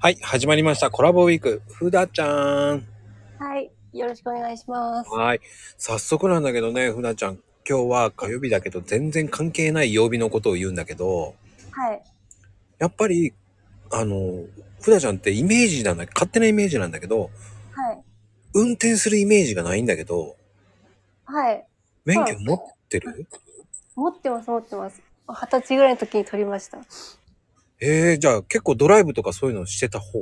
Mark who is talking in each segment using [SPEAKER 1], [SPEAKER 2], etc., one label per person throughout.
[SPEAKER 1] はい、始まりました。コラボウィーク、ふだちゃーん。
[SPEAKER 2] はい、よろしくお願いします。
[SPEAKER 1] はい。早速なんだけどね、ふだちゃん。今日は火曜日だけど、全然関係ない曜日のことを言うんだけど、
[SPEAKER 2] はい。
[SPEAKER 1] やっぱり、あの、ふだちゃんってイメージなんだ、勝手なイメージなんだけど、
[SPEAKER 2] はい。
[SPEAKER 1] 運転するイメージがないんだけど、
[SPEAKER 2] はい。
[SPEAKER 1] 免許持ってる
[SPEAKER 2] 持ってます、持ってます。二十歳ぐらいの時に取りました。
[SPEAKER 1] ええー、じゃあ結構ドライブとかそういうのしてた方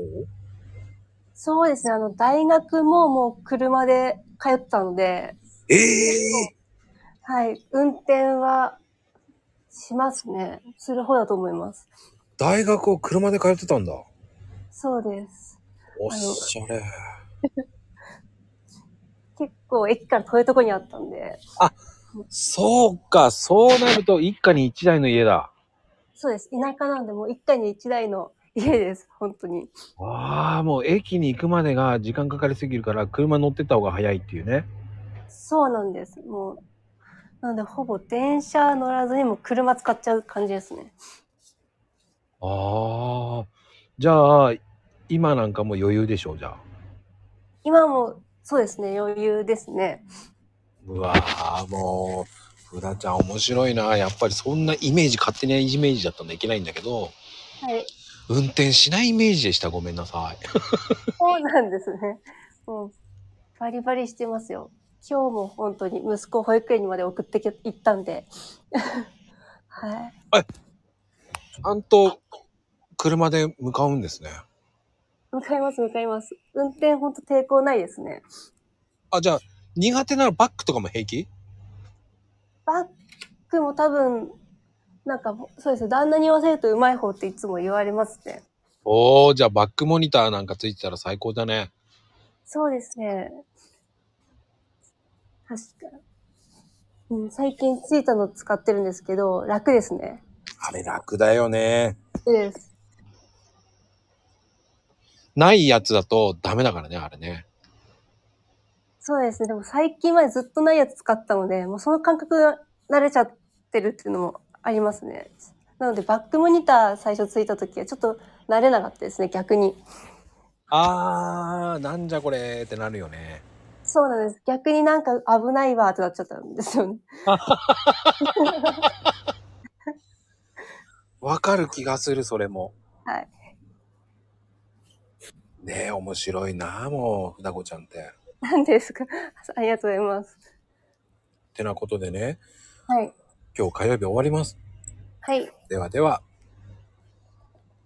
[SPEAKER 2] そうですね、あの、大学ももう車で通ってたので、
[SPEAKER 1] ええ
[SPEAKER 2] はい、運転はしますね。する方だと思います。
[SPEAKER 1] ー、大学を車で通ってたんだ。
[SPEAKER 2] そうです。
[SPEAKER 1] おっしゃれ。
[SPEAKER 2] 結構駅から遠いとこにあったんで、
[SPEAKER 1] そうか、そうなると一家に一台の家だ。
[SPEAKER 2] そうです。田舎なんで、もう一家に一台の家です、本当に。
[SPEAKER 1] ああ、もう駅に行くまでが時間かかりすぎるから、車乗ってった方が早いっていうね。
[SPEAKER 2] そうなんです、もう。なので、ほぼ電車乗らずにもう車使っちゃう感じですね。
[SPEAKER 1] ああ、じゃあ、今なんかもう余裕でしょう、じゃあ。
[SPEAKER 2] 今もそうですね余裕ですね
[SPEAKER 1] うわあ、もう、ふだちゃん面白いな。やっぱりそんなイメージ、勝手なイメージだったんでいけないんだけど、
[SPEAKER 2] はい
[SPEAKER 1] 運転しないイメージでした。ごめんな さい。
[SPEAKER 2] そうなんですねもうバリバリしてますよ今日も本当に息子を保育園にまで送ってき行ったんで はい
[SPEAKER 1] ちゃんと、車で向かうんですね。
[SPEAKER 2] 向かいます向かいます運転本当抵抗ないですね
[SPEAKER 1] あ、じゃあ、苦手ならバックとかも平気
[SPEAKER 2] バックも多分なんかそうですね旦那に言わせるとうまい方っていつも言われますね
[SPEAKER 1] おー、じゃあバックモニターなんかついてたら最高だね。
[SPEAKER 2] そうですね確かに、うん、最近ついたの使ってるんですけど楽ですね
[SPEAKER 1] あれ楽だよね。
[SPEAKER 2] です。
[SPEAKER 1] ないやつだとダメだからね、あれね。
[SPEAKER 2] そうですね。でも最近までずっとないやつ使ったので、もうその感覚が慣れちゃってるっていうのもありますね。なのでバックモニター最初ついた時はちょっと慣れなかったですね、逆に。
[SPEAKER 1] あー、なんじゃこれってなるよね。
[SPEAKER 2] そうなんです。逆になんか危ないわってなっちゃったんですよね。
[SPEAKER 1] わかる気がする、それも。
[SPEAKER 2] はい。
[SPEAKER 1] ねえ、面白いなもう、ふだこちゃんって。
[SPEAKER 2] なんですかありがとうございます。
[SPEAKER 1] てなことでね、
[SPEAKER 2] はい。
[SPEAKER 1] 今日火曜日終わります。
[SPEAKER 2] はい。
[SPEAKER 1] ではでは、